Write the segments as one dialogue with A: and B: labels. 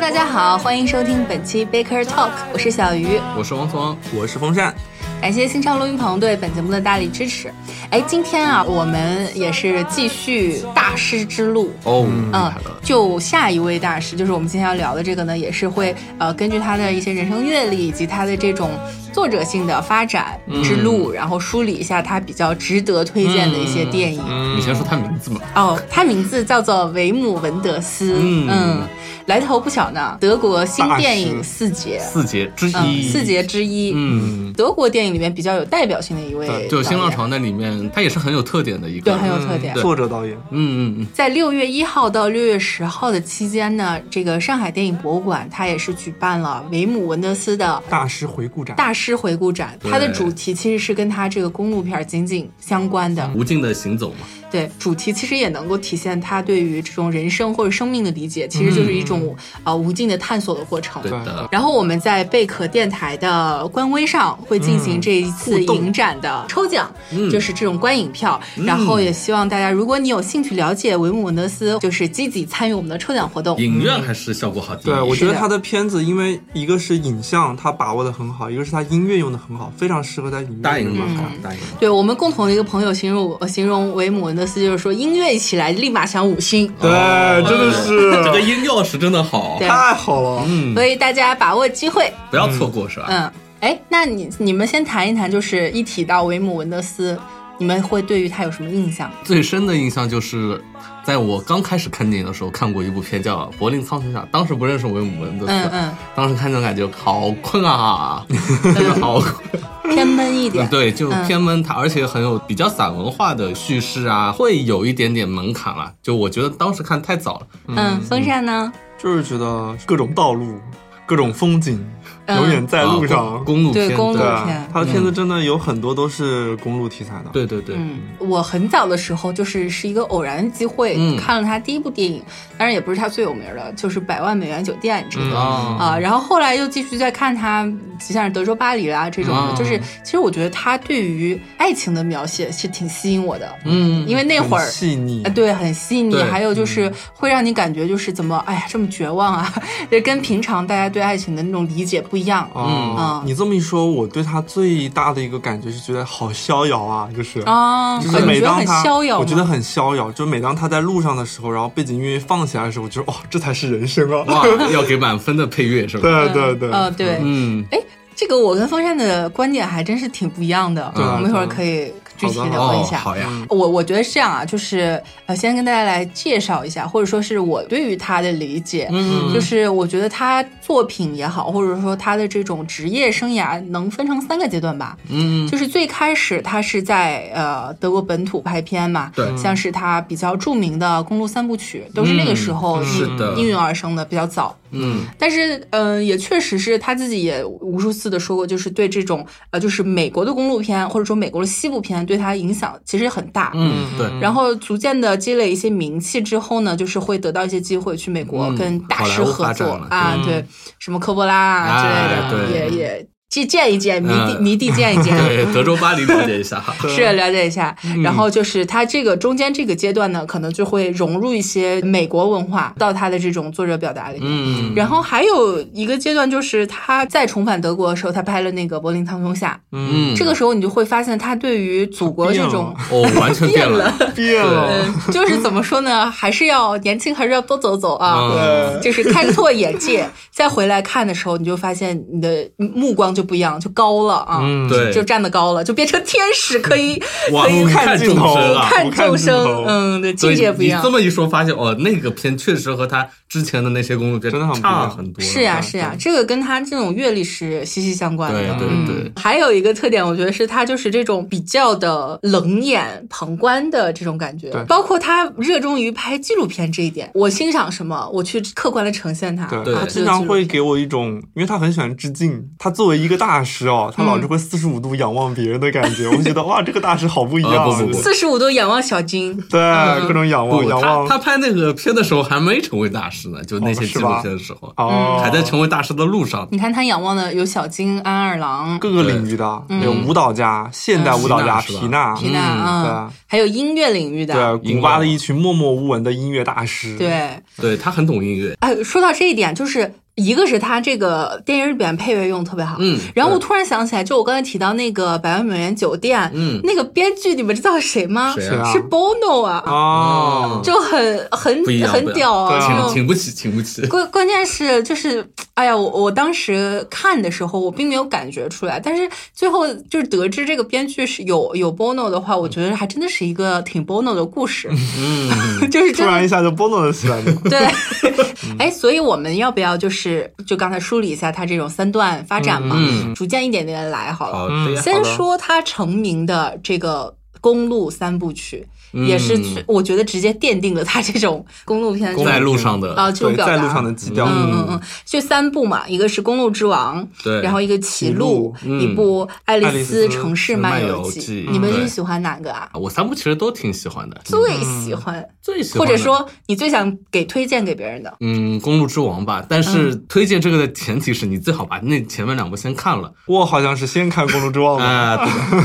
A: 大家好，欢迎收听本期 Baker Talk，我是小鱼，
B: 我是王聪，
C: 我是风扇。
A: 感谢新超录音棚对本节目的大力支持。哎，今天啊，我们也是继续大师之路
B: 哦，
A: 嗯，就下一位大师，就是我们今天要聊的这个呢，也是会呃根据他的一些人生阅历以及他的这种作者性的发展之路，然后梳理一下他比较值得推荐的一些电
C: 嗯
A: 影。
B: 你先说他名字吧。
A: 哦，他名字叫做维姆文德斯，嗯
C: 嗯
A: 来头不小呢，德国新电影四杰，
B: 四杰之
A: 嗯，
B: 一，
A: 四，杰之一，
B: 嗯，
A: 德国电影里面比较有代表性的一位导演，
B: 就新浪潮那里面，他也是很有特点的一
A: 对
B: 个，
A: 很有特点。
C: 作者导演，
B: 嗯嗯嗯，
A: 在六月一号到六月十号的期间呢，这个上海电影博物馆它也是举办了维姆文德斯的
C: 大师回顾展，
A: 大师回顾展，
B: 对
A: 它的主题其实是跟他这个公路片儿紧紧相关的。
B: 无尽的行走嘛，
A: 对，主题其实也能够体现他对于这种人生或者生命的理解，其实就是一种啊、呃无尽的探索的过程
B: 嗯对。
C: 对
B: 的，
A: 然后我们在贝壳电台的官微上会进行这一次
C: 互动
A: 影展的抽奖，就是这种观影票。然后也希望大家，如果你有兴趣了解维姆文德斯，就是积极参与我们的抽奖活动。
B: 影院还是效果好第一，
C: 对我
A: 是
C: 觉
A: 的
C: 得他的片子，因为一个是影像他把握的很好，一个是他音乐用的很好，非常适合在影院
B: 大荧幕
C: 用
A: 嗯
B: 好，大荧幕，
A: 对我们共同的一个朋友形容呃形容维姆文德斯就是说，音乐一起来立马响五星。
C: 嗯哦对，真的
B: 这个
C: 是
B: 音钥匙真的好
A: 对，
C: 太好了。
B: 嗯，
A: 所以大家把握机会，
B: 不要错过是吧？
A: 嗯，哎，那你你们先谈一谈，就是一提到维姆文德斯，你们会对于他有什么印象？
B: 最深的印象就是，在我刚开始看电影的时候，看过一部片叫《柏林苍穹下》，当时不认识维姆文德
A: 嗯
B: 斯，当时看这种感觉好困啊，真的 好困。
A: 嗯，偏闷一点。
B: 对，就
A: 嗯
B: 偏闷它，而且很有比较散文化的叙事啊，会有一点点门槛啦。就我觉得当时看太早了，
A: 嗯，风扇呢？
C: 就是觉得各种道路、各种风景，
A: 嗯
C: 永远在路
B: 啊
C: 上。
B: 公公路
A: 对
B: 片，
A: 公路
C: 对
B: 对
C: 啊，他的片子真的有很多都是公路题材的。，
B: 对对对，
A: 嗯，我很早的时候就是是一个偶然的机会、
B: 嗯
A: 看了他第一部电影，当然也不是他最有名的，就是《百万美元酒店》这个。
C: 嗯
B: 啊，
A: 啊，然后后来又继续再看他，像是德州巴黎啦这种的，
B: 嗯
A: 就是其实我觉得他对于爱情的描写是挺吸引我的，
B: 嗯，
A: 因为那会儿
C: 细腻
A: 啊，，对，很细腻，
B: 对
A: 还有就是
C: 嗯
A: 会让你感觉就是怎么，哎呀，这么绝望啊， 就跟平常大家对爱情的那种理解不一样。
C: 哦
A: 嗯
C: 你这么一说，我对他最大的一个感觉是觉得好逍遥啊，就是
A: 啊，
C: 就
A: 啊
C: 是
A: 你
C: 每
A: 觉得
C: 当
A: 很
C: 他，
A: 逍遥吗，
C: 我觉得很逍遥。就每当他在路上的时候，然后背景音乐放起来的时候，我觉得哦，这才是人生啊！
B: 哇，要给满分的配乐是吧？
C: 对对对，
A: 呃，对，
B: 嗯，
A: 哎，这个我跟风扇的观点还真是挺不一样的，
C: 对啊
A: 我们一会儿
C: 对啊
A: 可以具体
C: 好的
A: 聊一
B: 哦，
A: 下。
B: 好呀，
A: 我我觉得是这样啊，就是呃，先跟大家来介绍一下，或者说是我对于他的理解，
B: 嗯
A: 就是我觉得他作品也好，或者说他的这种职业生涯能分成三个阶段吧，
B: 嗯，
A: 就是最开始他是在呃德国本土拍片嘛，
B: 对
A: 像是他比较著名的《公路三部曲》，都是那个时候
B: 嗯是的
A: 应运而生的，比较早。
B: 嗯，
A: 但是，嗯、也确实是他自己也无数次的说过，就是对这种呃，就是美国的公路片或者说美国的西部片对他影响其实很大。
B: 嗯，对，
A: 然后逐渐的积累一些名气之后呢，就是会得到一些机会去美国
B: 嗯
A: 跟大师
B: 好莱坞
A: 合
B: 发展
A: 作、
B: 了
A: 啊，
C: 嗯
A: 对，什么科波拉啊之类的，
B: 哎对
A: 也也见见一见，迷弟
B: 嗯
A: 迷弟见一见。
B: 对，嗯德州巴黎了解一下，
A: 是了解一下，然后就是他这个中间这个阶段呢，可能就会融入一些美国文化到他的这种作者表达里面。
B: 嗯，
A: 然后还有一个阶段就是他在重返德国的时候，他拍了那个《柏林苍穹下》，
C: 嗯，
B: 嗯，
A: 这个时候你就会发现他对于祖国这种。
B: 哦，完全变 了，
C: 变了，
A: 嗯， 就是怎么说呢，还是要年轻，还是要多走走啊，
B: 嗯，
A: 就是开拓眼界。 再回来看的时候，你就发现你的目光就不一样，就高了啊，
C: 嗯
B: 对，
A: 就站得高了，就变成天使，可以
B: 哇
A: 可以
B: 不看
C: 看镜
B: 众
C: 头
B: 生啊，
A: 看
C: 不看
A: 众
C: 镜
A: 生
C: 头，
A: 嗯，对，
B: 所
A: 境
B: 以
A: 界不一
B: 你
A: 样
B: 这。么一说，发现哦，那个片确实和他之前的那些公路片
C: 真的很不一
B: 差
C: 样
B: 很多。
A: 是呀，是呀，这个跟他这种阅历是息息相关的。
B: 对对
C: 嗯
B: 对，
A: 还有一个特点，我觉得是他就是这种比较的冷眼旁观的这种感觉
C: 对，
A: 包括他热衷于拍纪录片这一点。我欣赏什么，我去客观的呈现它。
C: 对
B: 对
A: 啊
C: 他
A: 这
C: 经
A: 个纪
C: 常
A: 录
C: 会
A: 片
C: 给我一种，因为他很喜欢致敬。他作为一个大师哦，他老
A: 嗯
C: 是会四十五度仰望别人的感觉，我就觉 得哇，这个大师好不一样。
B: 啊不不不
A: 四十五度仰望小金，嗯
C: 对，各种仰望，
B: 不，
C: 仰
B: 他
C: 望
B: 他拍那个片的时候还没成为大师呢，就那些
C: 哦
B: 纪
C: 是
B: 录
C: 吧
B: 片的时候，
A: 嗯
C: 哦，
B: 还在成为大师的路上。
A: 你看他仰望的有小金、安二郎、
C: 各个领域的，有舞蹈家、现
B: 嗯
C: 代舞蹈家皮娜，
A: 嗯皮娜啊，还有音乐领域的。
C: 对，啊古巴的一群默默无闻的音乐大师，，
A: 对，
B: 对他很懂音乐，
A: 哎，说到这一点，就是一个是他这个电影里边配乐用得特别好，
B: 嗯
A: 然后我
B: 对
A: 突然想起来，就我刚才提到那个《百万美元酒店》，
B: 嗯
A: 那个编剧你们知道谁吗？
B: 谁
C: 是
B: 啊？
C: 啊
A: 是 Bono 啊，
C: 哦，
A: 就很很
B: 不一样不一
A: 很
B: 样
A: 屌
C: 对啊
A: 就
B: 请请不起，请不起。
A: 关关键是就是，哎呀，我我当时看的时候，我并没有感觉出来，但是最后就是得知这个编剧是有有 Bono 的话，我觉得还真的是一个挺 Bono 的故事，嗯， 就是
C: 突
A: 真
C: 然
A: 的
C: 一下就波动 了起来了。
A: 对，哎，所以我们要不要就是就刚才梳理一下他这种三段发展嘛，
B: 嗯
A: 逐渐一点点来好了。
B: 好
C: 嗯
B: 的呀，
A: 先
C: 好的
A: 说他成名的这个公路三部曲，也是
B: 嗯
A: 最我觉得直接奠定了他这种公路片
B: 在路上的，
A: 啊这种
C: 对，
A: 表
C: 在
A: 达。
C: 路上的基调，
A: 嗯嗯嗯，就三部嘛，一个是《公路之王》，
B: 对
A: 然后一个《歧路》，
B: 嗯
A: 一部《爱
C: 爱
A: 丽
C: 丽
A: 丝
C: 丝
A: 城市漫游
B: 城市漫游记
A: 你们
B: 嗯
A: 最
B: 对
A: 喜欢哪个啊？
B: 我三部其实都挺喜欢的，
A: 最喜欢，
B: 最喜
A: 或
B: 欢的
A: 者说你最想给推荐给别人的？
B: 嗯，《公路之王》吧。但是
A: 嗯
B: 推荐这个的前提是你最好把那前面两部先看了，
C: 我好像是先看《公路之王》吧，
B: 啊、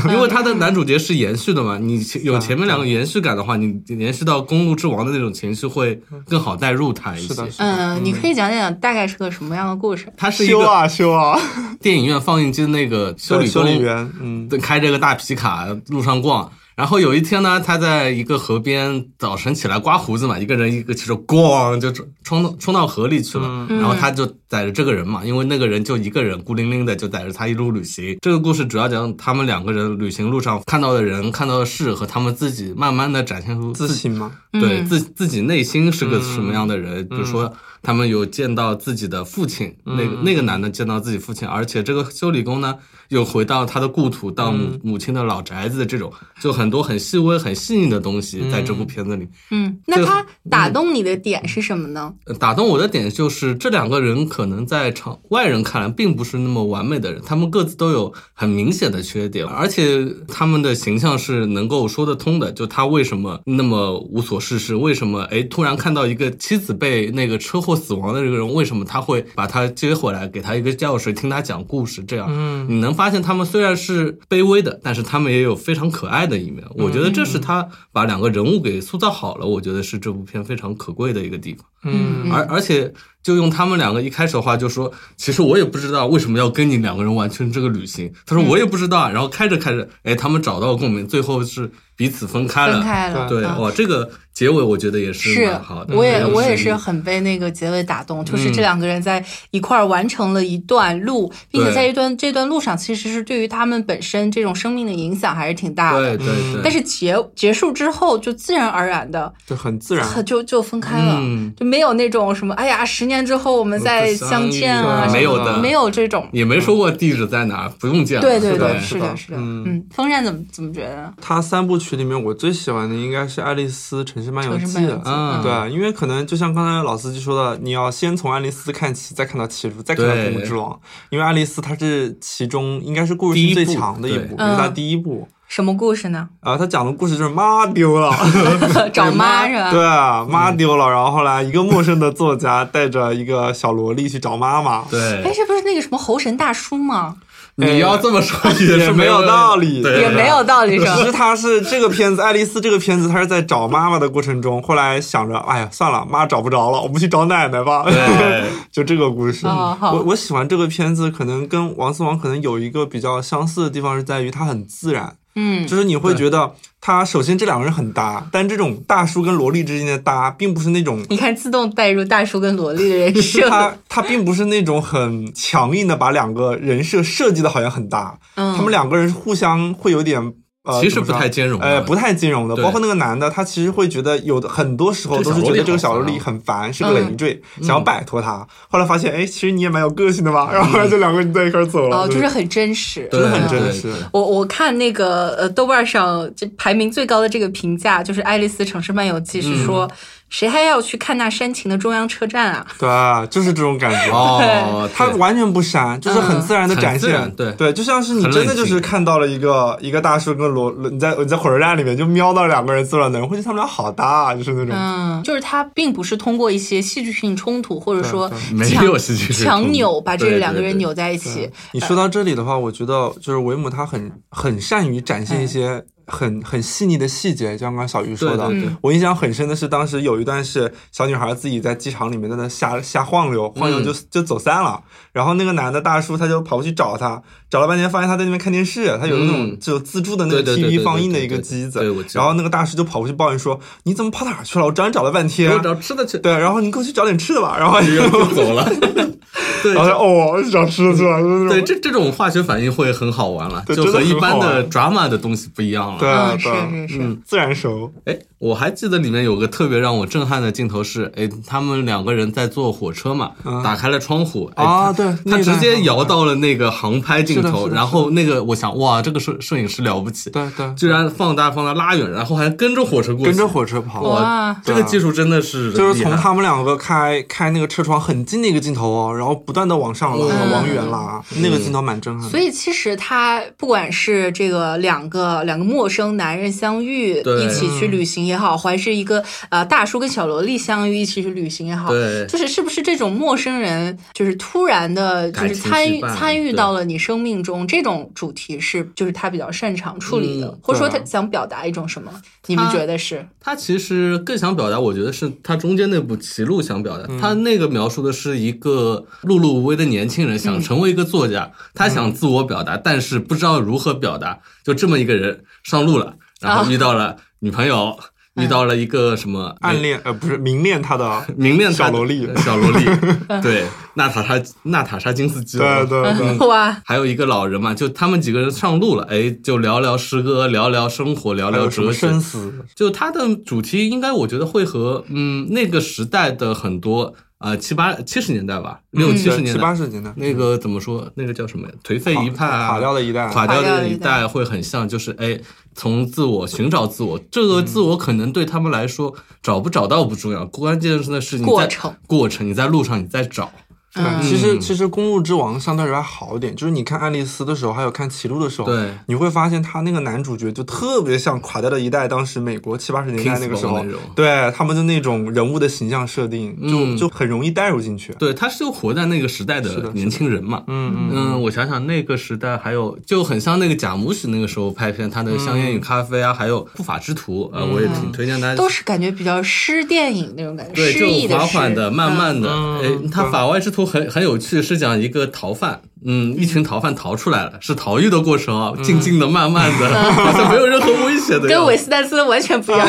B: 对，因为它的男主角是延续的嘛，你前有前面两个延续感的话，你延续到《公路之王》的那种情绪会更好带入它一
C: 是的，
B: 些。
C: 是的。
A: 嗯，你可以讲讲大概是个什么样的故事？
B: 它是一
C: 修
B: 个
C: 啊修啊，
B: 电影院放映机的那个修
C: 对
B: 理
C: 修
B: 工
C: 理员，嗯，
B: 对开着个大皮卡路上逛。然后有一天呢，他在一个河边早晨起来刮胡子嘛，一个人一个骑着咣就冲冲到冲到河里去了。然后他就逮着这个人嘛，因为那个人就一个人孤零零的就逮着他一路旅行。这个故事主要讲他们两个人旅行路上看到的人、看到的事和他们自己慢慢的展现出
C: 自
B: 己
C: 信嘛，
B: 对
A: 嗯
B: 自自己内心是个什么样的人，比如说他们有见到自己的父亲，
A: 嗯
B: 那个那个男的见到自己父亲，而且这个修理工呢又回到他的故土，到母、
A: 嗯
B: 母亲的老宅子，这种就很多很细微、很细腻的东西在这部片子里、
A: 嗯，那
B: 最
A: 他
B: 后
A: 打动你的点是什么呢？
B: 呃打动我的点就是这两个人可能在场外人看来并不是那么完美的人，他们各自都有很明显的缺点，而且他们的形象是能够说得通的。就他为什么那么无所事事，为什么哎突然看到一个妻子被那个车祸死亡的这个人，为什么他会把他接回来，给他一个药水，听他讲故事，这样，嗯，你能发现他们虽然是卑微的，但是他们也有非常可爱的一面。我觉得这是他把两个人物给塑造好了，我觉得是这部片非常可贵的一个地方。
A: 嗯，
B: 而而且就用他们两个一开始的话就说，其实我也不知道为什么要跟你两个人完成这个旅行。他
A: 嗯
B: 说我也不知道啊，然后开着开着，哎，他们找到共鸣，最后是彼此分开了。
A: 分开了，
B: 对，
A: 嗯
B: 哇，这个结尾我觉得也是
A: 是
B: 蛮好的。
A: 我也
B: 嗯
A: 我也是很被那个结尾打动，就是这两个人在一块儿完成了一段路，并且
B: 对
A: 在一段这段路上，其实是对于他们本身这种生命的影响还是挺大的。
B: 对对对，
A: 嗯但是结结束之后，就自然而然的，
C: 就很自然。
A: 可就就分开了，
B: 嗯
A: 就没有那种什么哎呀，十年之后我们再相见啊，什
C: 对
A: 么
B: 没有
A: 的
B: 的，
A: 没有这种。
B: 也没说过地址在哪，不用见了。
A: 对对
B: 对
A: 对，
C: 是
A: 是的，
C: 的
A: 是的，
C: 嗯
A: 嗯，风扇怎么怎么觉得？
C: 他三部曲里面，我最喜欢的应该是《爱丽丝城市漫游
A: 城
C: 记
A: 市漫游》。记，
B: 嗯，
C: 对，啊因为可能就像刚才老司机说的，你要先从爱丽丝看起，再看到骑路，再看到
B: 对
C: 《公路之王》，因为爱丽丝她是其中应该是故事性
B: 第一
C: 最
B: 部
C: 强的一
B: 对
C: 部，也是她
A: 嗯
C: 第一部。
A: 什么故事呢？
C: 啊，他讲的故事就是妈丢了，
A: 找妈是吧？
C: 对，啊
B: 嗯
C: 妈丢了，然后后来一个陌生的作家带着一个小萝莉去找妈妈，
A: 哎，
B: 对，
A: 这不是那个什么猴神大叔吗？
B: 你要这么说也
C: 也
B: 是
C: 没有道理
B: 对
A: 哎也没有道理是吧
C: 只？ 是他是这个片子，爱丽丝这个片子，他是在找妈妈的过程中，后来想着，哎呀，算了，妈找不着了，我们去找奶奶吧。
B: 对
C: 就这个故事，
A: 哦好
C: 我我喜欢这个片子，可能跟《王思王》可能有一个比较相似的地方是在于它很自然，
A: 嗯
C: 就是你会觉得他首先这两个人很搭，但这种大叔跟萝莉之间的搭，并不是那种，
A: 你看，自动带入大叔跟萝莉的 人设，
C: 他他并不是那种很强硬的把两个人设设计的好像很搭，
A: 嗯，
C: 他们两个人互相会有点。呃，
B: 其实
C: 怎么说
B: 不太兼容的啊
C: 呃，不太兼容的。
B: 对
C: 包括那个男的，他其实会觉得有的很多时候
B: 这
C: 都
B: 小
C: 是觉
B: 萝莉
C: 得这个
B: 好
C: 小萝
B: 烦
C: 莉
B: 啊
C: 很烦，是个累赘，想要摆脱他。后来发现，哎，其实你也蛮有个性的嘛。然后后来就两个人在一块儿走了，
A: 哦，就是很真实，嗯
B: 对
C: 真的很
B: 对
C: 真
B: 对
C: 实。
A: 我我看那个呃豆瓣上这排名最高的这个评价，就是《爱丽丝城市漫游记》，是说谁还要去看那煽情的中央车站啊？
C: 对，就是这种感 觉。
B: 哦，
C: 他
B: 对
C: 完全不闪，就是很自然的展现，
B: 嗯很自然对
C: 就像是你真的就是看到了一个一个大叔跟罗，你在你在火车站里面就瞄到两个人坐在那儿，我觉得他们俩好搭、啊，就是那种、
A: 嗯，就是他并不是通过一些戏剧性冲突，或者说
B: 没
A: 强
B: 有戏剧性冲
A: 强
B: 突
A: 扭把
B: 对
A: 这
B: 对
A: 两个人
B: 对
A: 扭在一起。
C: 你说到这里的话，我觉得就是维姆他很很善于展
B: 哎
C: 现一些很很细腻的细节，就像刚刚小鱼说的，
B: 对
A: 对对
C: 我印象很深的是当时有一段是小女孩自己在机场里面在那瞎瞎晃悠，晃悠就、
B: 嗯
C: 就走散了，然后那个男的大叔他就跑过去找她，找了半天发现她在那边看电视，他有那种
B: 嗯
C: 就自助的那
B: 对对
C: 个
B: 对对
C: TV
B: 对
C: 放映的
B: 对
C: 一个
B: 对
C: 机子
B: 对我，知道
C: 然后那个大叔就跑过去抱怨说：“你怎么跑哪儿去了？我找你找了
B: 给
C: 半天
B: 我。找吃的去，
C: 对，啊然后你给我去找点吃的吧。然后，
B: 又又走了。对
C: 然后哦，我去找吃的去了。就是那种
B: 对，这这种化学反应会很好玩了，
C: 对
B: 就
C: 真的
B: 和一
C: 很好
B: 般的
C: 玩
B: drama 的东西不一样了。
C: 对
A: 嗯，
C: 啊
A: 是
C: 对啊
A: 是是，
C: 自然熟。
B: 哎，我还记得里面有个特别让我震撼的镜头是，哎，他们两个人在坐火车嘛，打开了窗户，哎
C: 嗯啊
B: 他
C: 对那
B: 他
C: 一
B: 直
C: 段
B: 接
C: 很好
B: 摇到了那个航拍镜
C: 是的
B: 头，
C: 是的
B: 然
C: 是
B: 后那个我想，哇，这个摄摄影师了不起，
C: 对对，
B: 居然放大放大拉远，然后还跟着火车过去，
C: 跟着火车跑。
B: 哇
A: 哇，
B: 这个技术真的是
C: 就是从
B: 厉害
C: 他们两个开开那个车窗很近的一个镜头哦，然后不断的往上拉、
B: 嗯
C: 往远拉，那个镜头蛮震撼的。
A: 所以其实他不管是这个两个两个陌生男人相遇
B: 对
A: 一起去旅行也好，还是一个呃大叔跟小萝莉相遇一起去旅行也好，
B: 对
A: 就是是不是这种陌生人就是突然的，就
B: 感
A: 是
B: 情
A: 参
B: 羁
A: 与
B: 绊
A: 参与
B: 对
A: 到了你生命中这种主题是就是他比较擅长处理的
B: 嗯，
A: 或者说
C: 对
A: 他
C: 啊
A: 想表达一种什么？你们
B: 他
A: 觉得是？
B: 他其实更想表达，我觉得是他中间那部《歧路》想表达，
C: 嗯
B: 他那个描述的是一个碌碌无为的年轻人想成为一个作家，
C: 嗯
B: 他想自我表达，但是不知道如何表达，就这么一个人上路了，然后遇到了女朋
C: 啊
B: 友，
C: 哎
B: 遇到了一个什么
C: 暗。恋呃不是明恋 他的，
B: 明恋他
C: 小萝莉
B: 小萝 莉，对，娜塔莎，娜塔莎金斯基，
C: 对对
B: 嗯
C: 对，
A: 哇，
B: 还有一个老人嘛，就他们几个人上路了，哎，就聊聊诗歌，聊聊生活，聊
C: 还
B: 聊
C: 有什
B: 哲
C: 么
B: 学，嗯
C: 生死？
B: 就它的主题应该我觉得会和嗯那个时代的很多啊七八七十年代吧，六七十年
C: 嗯七
B: 代。
C: 八十年代
B: 那个怎么说？那个叫什么呀？颓废一派啊，
C: 垮垮掉的一代，
B: 垮掉
A: 垮掉
B: 的
A: 的
B: 一
A: 一
B: 代
A: 代
B: 会很像，就是哎，从自我寻找自我，这个自我可能对他们来说找不找到不重要，关键是的是你在
A: 过程，
B: 过程你在路上你在找，嗯
C: 对，其实其实《公路之王》相对来说还好一点，就是你看《爱丽丝》的时候，还有看《歧路》的时候，
B: 对
C: 你会发现他那个男主角就特别像垮掉的一代，当时美国七八十年代那个时候
B: Kingsman 那种，嗯
C: 对他们的那种人物的形象设定，就就很容易带入进去。
B: 对，他是就活在那个时代
C: 是的
B: 的年轻人嘛，
C: 嗯嗯，
B: 嗯，我想想，那个时代还有就很像那个贾母许那个时候拍片，他的《香烟与咖啡》啊，还有《不法之徒》呃，我也
C: 嗯
B: 挺推荐大家。
A: 都是感觉比较诗电影那种感觉，
B: 对，
A: 诗意
B: 就
A: 的
B: 缓缓
A: 诗
B: 的、慢
A: 嗯
B: 慢的，
C: 嗯
B: 哎，他《法外之徒》很很有趣，是讲一个逃犯，嗯，一群逃犯逃出来了，是逃狱的过程
C: 嗯
B: 啊，静静的、慢慢 的，好像没有任何危险的样子。
A: 跟韦斯丹斯完全不一 样。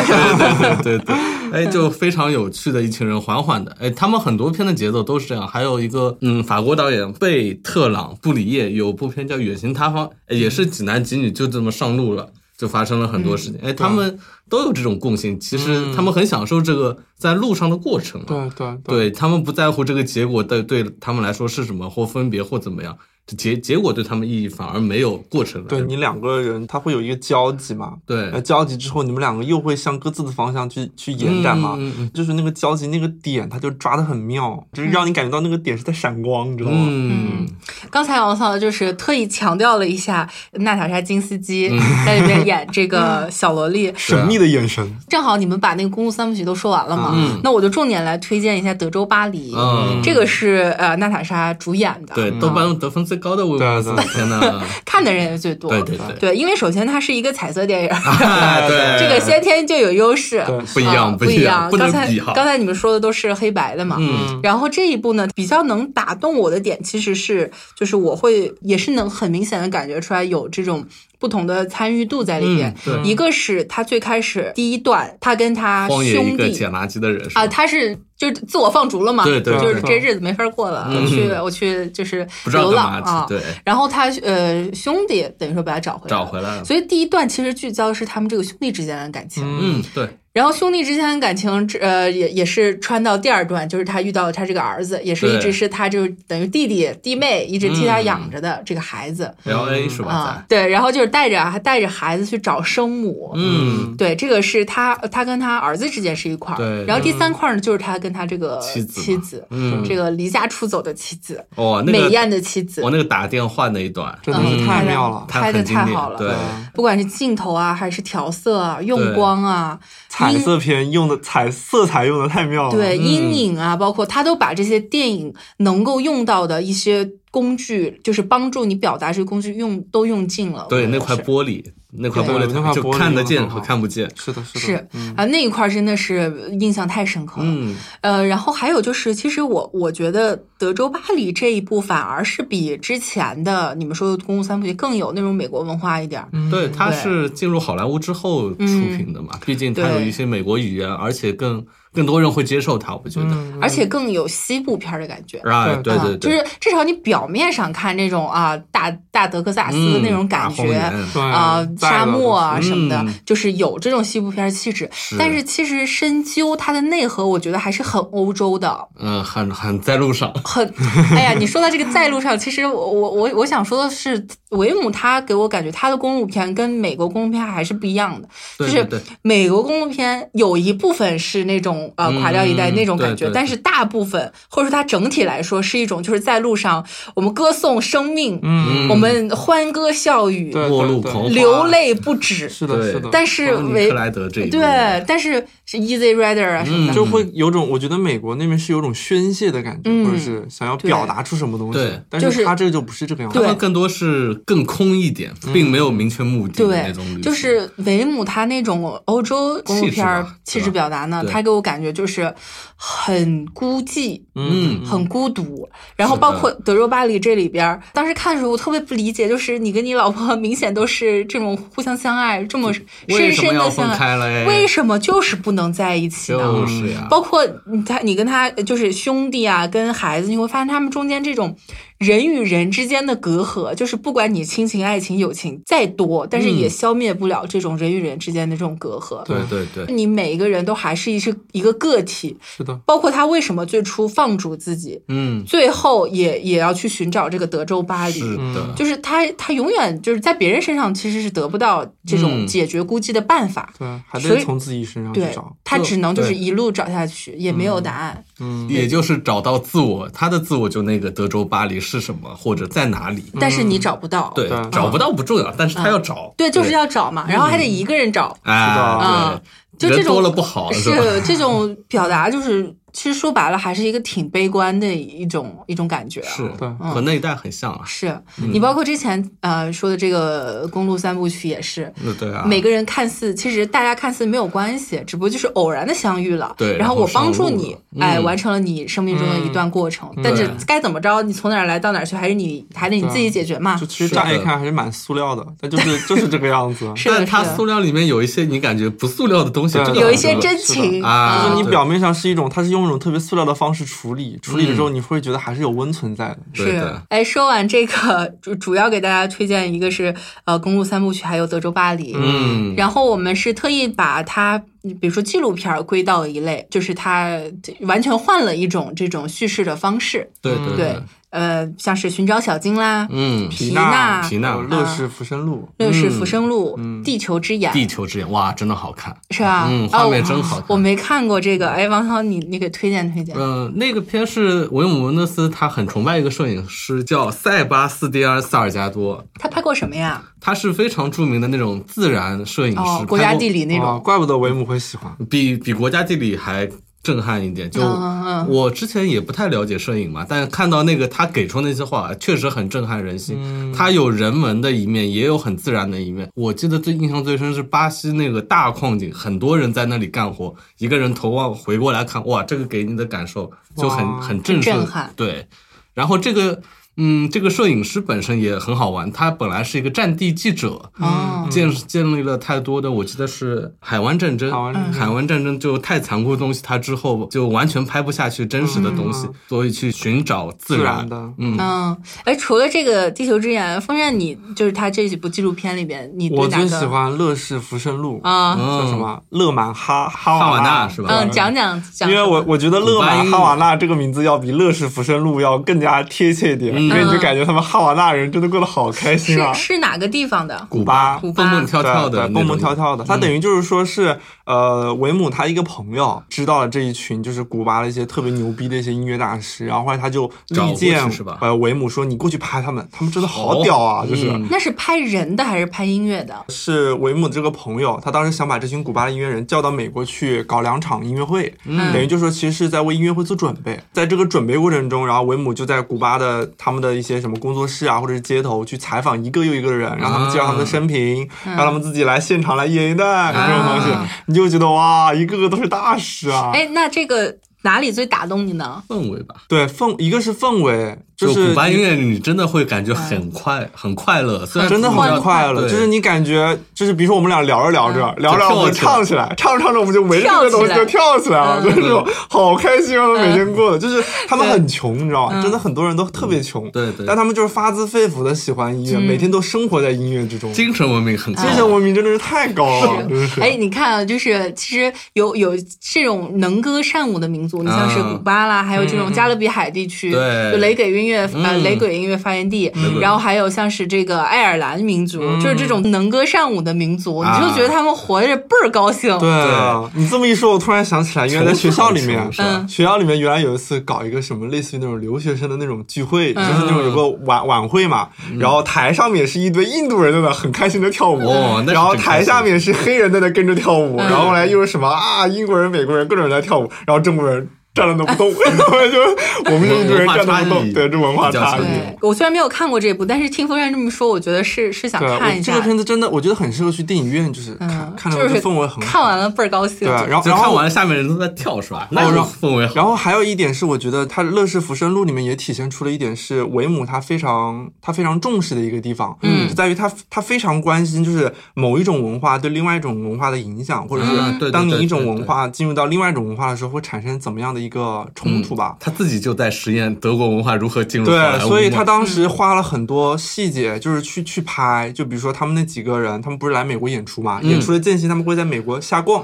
B: 对对对，哎，就非常有趣的一群人，缓缓的，哎，他们很多片的节奏都是这样。还有一个，嗯，法国导演贝特朗·布里耶有部片叫《远行他方》，哎也是几男几女就这么上路了，就发生了很多事情。
C: 嗯
B: 哎，他们都有这种共性，其实他们很享受这个在路上的过程嘛。啊
C: 对对对，
B: 对他们不在乎这个结果对对他们来说是什么或分别或怎么样，这结结果对他们意义反而没有过程来
C: 对你两个人他会有一个交集嘛？
B: 对
C: 呃，交集之后，你们两个又会向各自的方向去去延展嘛？
B: 嗯嗯嗯
C: 就是那个交集那个点，他就抓的很妙，就是让你感觉到那个点是在闪光，你知道吗？
B: 嗯，
A: 刚才王嫂就是特意强调了一下娜塔莎金斯基
B: 嗯
A: 在里面演这个小萝莉。
C: 神秘的眼神，
A: 正好你们把那个公路三部曲都说完了嘛，
B: 嗯
A: 那我就重点来推荐一下《德州巴黎》
B: 嗯
A: 这个是呃娜塔莎主演的，
B: 对，豆瓣得分最高的微博
C: 对对啊
B: 天呐，
A: 看的人也最多。
B: 对对对，
A: 对因为首先它是一个彩色电 影，
B: 啊对，
A: 这个先天就有优势。
C: 对
B: 不一样，
A: 啊
B: 不
A: 不一
B: 样，不能
A: 刚才
B: 比哈。
A: 刚才你们说的都是黑白的嘛，
B: 嗯
A: 然后这一部呢，比较能打动我的点其实是，就是我会也是能很明显的感觉出来有这种。不同的参与度在里边，
B: 嗯
A: 一个是他最开始第一段，他跟他
B: 荒野一
A: 兄
B: 个
A: 弟
B: 捡垃圾的人是吧
A: 啊，他是就是自我放逐了嘛，
B: 对对对嗯
A: 就是这日子没法过了，我去我去就是
B: 不知道
A: 流浪
B: 干嘛
A: 啊
B: 去，，对，
A: 然后他呃兄弟等于说把他找回来，
B: 找回来了。
A: 所以第一段其实聚焦的是他们这个兄弟之间的感情，
B: 嗯，对，
A: 然后兄弟之间的感情，呃，也也是穿到第二段，就是他遇到了他这个儿子，也是
B: 对
A: 一直是他就是等于弟弟弟妹一直替他养着的这个孩子
B: L A 嗯是
A: 啊
B: 吧？、
A: 对，然后就是带着还带着孩子去找生母，
B: 在嗯，
A: 对，这个是他他跟他儿子之间是一块儿，
B: 对
A: 然后第三块儿呢就是他跟他这个
B: 妻子嘛
A: 妻子，
B: 嗯
A: 这个离家出走的妻子，
B: 哦，那
A: 美
B: 个
A: 艳的妻子
B: 我，那个打电话那一段，
C: 真的是
A: 嗯
C: 太
A: 拍的
C: 妙了，
A: 拍的
B: 很经
A: 太
B: 典
A: 好了
B: 对，
A: 不管是镜头啊，还是调色啊、用光啊、
C: 彩色片用的彩色彩用的太
B: 哦
C: 妙了，
B: 嗯
A: 对阴影啊，包括他都把这些电影能够用到的一些工具，就是帮助你表达这个工具用都用尽了。
B: 嗯对
A: 我觉得
B: 那块
A: 是
B: 玻璃，那块
A: 对
B: 玻璃
C: 那块
B: 就
C: 玻璃
B: 看得
C: 用得
B: 见
C: 很
B: 和
C: 好
B: 看不见，
C: 是的，是的，
A: 是啊，那一块儿真的是印象太深刻了。
B: 嗯，
A: 呃，然后还有就是，其实我我觉得德州巴黎这一部反而是比之前的你们说的《公路三部曲》更有那种美国文化一点儿。
C: 嗯
B: 对，它
A: 对嗯
B: 是进入好莱坞之后出品的嘛，毕竟它有
A: 对
B: 一些美国语言，而且更更多人会接受它，我觉得。
C: 嗯
A: 而且更有西部片儿的感觉。啊
B: Right，对
C: 对
B: 对
A: 就
B: 对，
A: 是至少你表面上看那种啊大大德克萨斯的那种感觉
B: 嗯大荒原
C: 对
A: 啊、
C: 在
A: 沙
C: 了
A: 漠啊
B: 就是
A: 什么的
B: 嗯，
A: 就是有这种西部片气质。但是其实深究它的内核，我觉得还是很欧洲的，
B: 嗯，很很在 路上，
A: 很哎呀，你说到这个在路上，其实我我我我想说的是，维姆他给我感觉他的公路片跟美国公路片还是不一样的，就
B: 对
A: 是
B: 对对，
A: 美国公路片有一部分是那种呃
B: 嗯
A: 垮掉一代那种感
B: 对
A: 觉，
B: 对对
A: 但是大部分或者说它整体来说是一种就是在路上我们歌颂生命，
C: 嗯，
A: 我们欢歌笑语，
C: 对
B: 末路狂花
A: 流泪不止。
C: 是的，
B: 对
C: 是的，
A: 但是
B: 邦尼
A: 维
B: 克莱德这一
A: 对
B: 部，
A: 但是是 Easy Rider 啊什么的，
C: 就会有种，我觉得美国那边是有种宣泄的感觉，
A: 嗯
C: 或者是想要表达出什么东西。
B: 对
C: 但
A: 就是
C: 是他这就不是这个样子。
B: 他
A: 对
B: 们更多是更空一点，并没有明确目的嗯的那
A: 对
B: 种旅，行，
A: 就是维姆他那种欧洲公路片
B: 气质
A: 儿
B: 吧
A: 气质表达呢，
B: 对
A: 他给我感觉就是很孤寂，
B: 嗯
A: 很孤独。然后包括德州巴黎这里边儿，当时看的时候我特别不理解，就是你跟你老婆 明显都是这种互相相爱，这么
B: 为
A: 深
B: 什么
A: 深
B: 要
A: 的
B: 分
A: 相爱，
B: 开嘞？
A: 为什么就是不能在一起呢？
B: 就是呀，
A: 包括你他，你跟他就是兄弟啊，跟孩子，你会发现他们中间这种人与人之间的隔阂，就是不管你亲情、爱情、友情再多，但是也消灭不了这种人与人之间的这种隔阂。
B: 嗯对对对，
A: 你每一个人都还是一是一个个体，
C: 是的，
A: 包括他为什么最初放逐自己，
B: 嗯，
A: 最后也也要去寻找这个德州巴黎。
B: 是的，
A: 嗯就是他，他永远就是在别人身上其实是得不到这种
B: 嗯
A: 解决孤寂的办法，
C: 对，还
A: 所
C: 得
A: 以
C: 从自己身上去
A: 对
C: 找。
A: 他只能就是
B: 对
A: 一路找下去，也没有答案。
C: 嗯，
B: 也就是找到自我，他的自我就那个德州巴黎是什么，或者在哪里。
A: 但是你找不到。
B: 嗯对
C: 对，
B: 找不到不重要，但是他要找，
A: 嗯对就是要找嘛，然后还
B: 嗯
A: 得一个人找。
B: 哎
A: 嗯，就
B: 对
A: 这
B: 人
A: 种
B: 多了不好，
A: 是
B: 吧？
A: 这种表达，就是其实说白了，还是一个挺悲观的一种一种感觉、啊。
B: 是，
C: 对
B: 和那一代很像啊。
A: 是你包括之前呃说的这个公路三部曲也是。
B: 那对啊，
A: 每个人看似，其实大家看似没有关系，只不过就是偶然的相遇了。
B: 对
A: 然
B: 然后
A: 我帮助
B: 上路
A: 你
B: 了，
A: 哎，
B: 嗯
A: 完成了你生命中的一段过程。但是
B: 对
A: 该怎么着，你从哪儿来到哪儿去，还是你还得你自己解决嘛
C: 就。其
B: 是
C: 实乍一
B: 的
C: 看还是蛮塑料的，但就是就是这个 样子。
A: 是
B: 但
A: 的，
B: 它
A: 是
B: 塑
A: 的，
B: 料里面有一些你感觉不塑料的东西，
C: 对
B: 这个
A: 有一
B: 很
A: 些
B: 多
A: 真
C: 是的
A: 情
B: 啊
C: 就是
A: 嗯
C: 你
B: 对
C: 表面上是一种，它是用一种特别塑料的方式处理，处理了
B: 嗯
C: 之后你会觉得还是有温存在的。
B: 对
A: 是
B: 的，
A: 哎，说完这个，主主要给大家推荐一个是呃《公路三部曲》，还有《德州巴黎》。
B: 嗯，
A: 然后我们是特意把它，比如说纪录片儿归到一类，就是它完全换了一种这种叙事的方式。
B: 对
C: 嗯
A: 对，呃，像是寻找小金啦，
B: 嗯，
A: 皮
C: 娜、
A: 皮
B: 娜
C: 还有乐视浮生路，
A: 乐视浮生路、地球之眼，
B: 嗯地球之眼，哇，真的好看。
A: 是吧？
B: 嗯
A: 啊
B: 画面
A: 我
B: 真好看
A: 我没看过这个，哎，王涛，你你给推荐推荐。
B: 嗯，那个片是维姆文德斯，他很崇拜一个摄影师叫塞巴斯蒂安·萨尔加多，
A: 他拍过什么呀？
B: 他是非常著名的那种自然摄影师，
A: 哦，国家
B: 拍过
A: 地理那
C: 哦
A: 种。
C: 怪不得维姆会喜欢。
B: 比比国家地理还震撼一点。就
A: 嗯嗯
B: 我之前也不太了解摄影嘛，但看到那个他给出那些话，确实很震撼人
A: 嗯
B: 心。他有人文的一面，也有很自然的一面。我记得最印象最深是巴西那个大矿井，很多人在那里干活，一个人头望回过来看，哇，这个给你的感受就很
C: 哇
B: 很震慑
A: 震撼
B: 对，然后这个嗯，这个摄影师本身也很好玩，他本来是一个战地记者，
A: 哦，
C: 嗯
B: 建建立了太多的，我记得是海湾战争，
C: 海湾战
A: 争
B: 海湾战争就太残酷的东西，他之后就完全拍不下去真实的东西，
C: 嗯
B: 所以去寻找自
C: 自
B: 然
C: 然的
B: 嗯。
A: 嗯，哎，除了这个《地球之眼》，风扇你就是他这几部纪录片里边，你对
C: 我
A: 哪
C: 最
A: 个
C: 喜欢乐视福生路，
A: 啊？
B: 嗯
C: 叫什么勒满哈哈
B: 哈瓦
C: 瓦
B: 那是吧
A: 嗯，讲讲讲，
C: 因为我我觉得勒
B: 古巴
C: 满
B: 音
C: 哈瓦那这个名字要比乐视福生路要更加贴切一点，
B: 嗯
C: 因为你就感觉他们哈瓦那人真的过得好开心啊
A: 是。是哪个地方的？
B: 古
C: 巴
A: 古巴
B: 蹦蹦跳跳的那种，嗯
C: 对对蹦蹦跳跳的，他等于就是说是，呃，维姆他一个朋友知道了这一群就是古巴的一些特别牛逼的一些音乐大师，然后后来他就
B: 找过
C: 力荐
B: 去是吧
C: 呃维姆说你过去拍他们，他们真的
B: 哦
C: 好屌啊，就是。
B: 嗯
A: 那是拍人的还是拍音乐的？
C: 是维姆这个朋友，他当时想把这群古巴的音乐人叫到美国去搞两场音乐会，
A: 嗯
C: 等于就是说其实是在为音乐会做准备。在这个准备过程中，然后维姆就在古巴的他们的一些什么工作室啊，或者是街头去采访一个又一个人，让他们介绍
B: 嗯
C: 他们的生平，让他们自己来现场来演一段、这种东
A: 啊
C: 西，你就觉得哇，一个个都是大师啊！
A: 哎，那这个哪里最打动你呢？
B: 氛围吧。
C: 对氛一个是氛围，
B: 就是古巴
C: 你
B: 音乐，你真的会感觉很快，很快乐，虽然
C: 真的
B: 不知道
C: 很快乐，
B: 嗯对嗯
C: 就是你感觉，就是比如说我们俩聊着聊着，聊着
B: 就
C: 聊着我们
B: 跳起来嗯
C: 唱起来，唱着唱着我们就围着这个东西就跳起来了， 就是这种好开心啊！我们每天过的，就是他们很穷，你知道吗？真的很多人都特别穷，
B: 嗯对嗯对
C: 但他们就是发自肺腑的喜欢音乐，每天都生活在音乐之中，精
B: 精神文明很高，
C: 神文明真的是太高了，真哦是。
A: 哎，你看啊，就是其实有有这种能歌善舞的民族，你像是
C: 嗯
A: 古巴啦，还有这种加勒比海地区，
B: 对
A: 就雷鬼音乐呃
B: 嗯
A: 雷鬼音乐发源地，然后还有像是这个爱尔兰民族，
C: 嗯
A: 就是这种能歌善舞的民族，你就觉得他们活着倍儿高兴。
C: 啊对啊，你这么一说，我突然想起来，原来在学校里面啊
B: 愁是吧
A: 嗯，
C: 学校里面原来有一次搞一个什么类似于那种留学生的那种聚会，
B: 嗯
C: 就是那种有个晚晚会嘛，然后台上面是一堆印度人在那很开心的跳舞，
B: 哦那是
C: 然后
B: 真开
C: 台
B: 心
C: 下面是黑人在那跟着跳舞，
A: 嗯
C: 然后后来又是什么啊英国人、美国人各种人在跳舞，然后中国人。站了都不动， 然后就我们就一堆人站那不
B: 文化差
C: 动，
B: 异
C: 对，这文化
B: 比较
C: 差异
B: 强。
A: 对我虽然没有看过这部，但是听风扇这么说，我觉得是是想
C: 对，啊我
A: 看一
C: 这
A: 下
C: 个。片子真的，我觉得很适合去电影院，就是看
A: 嗯，
C: 看
A: 就
C: 着
A: 是
C: 氛围很
A: 看
C: 好。
A: 完了倍儿高兴。
C: 对，啊然后
B: 就
C: 然
B: 看
C: 后
B: 完了，下面人都在跳是吧？那种
C: 然后
B: 氛围好。
C: 然后还有一点是，我觉得他《乐视浮生录》里面也体现出了一点是维姆他非常他非常重视的一个地方，
A: 嗯
C: 就在于他他非常关心就是某一种文化对另外一种文化的影响，或者
B: 嗯对对
C: 是当你
B: 对
C: 一种
B: 对
C: 文
B: 对
C: 化进入到另外一种文化的时候，会产生怎么样的一个冲突吧。
B: 他自己就在实验德国文化如何进入好莱
C: 对，
B: 坞
C: 所以他
B: 嘛
C: 当时花了很多细节，就是去去拍，就比如说他们那几个人，他们不是来美国演出嘛，演出
B: 嗯
C: 的间隙他们会在美国瞎逛。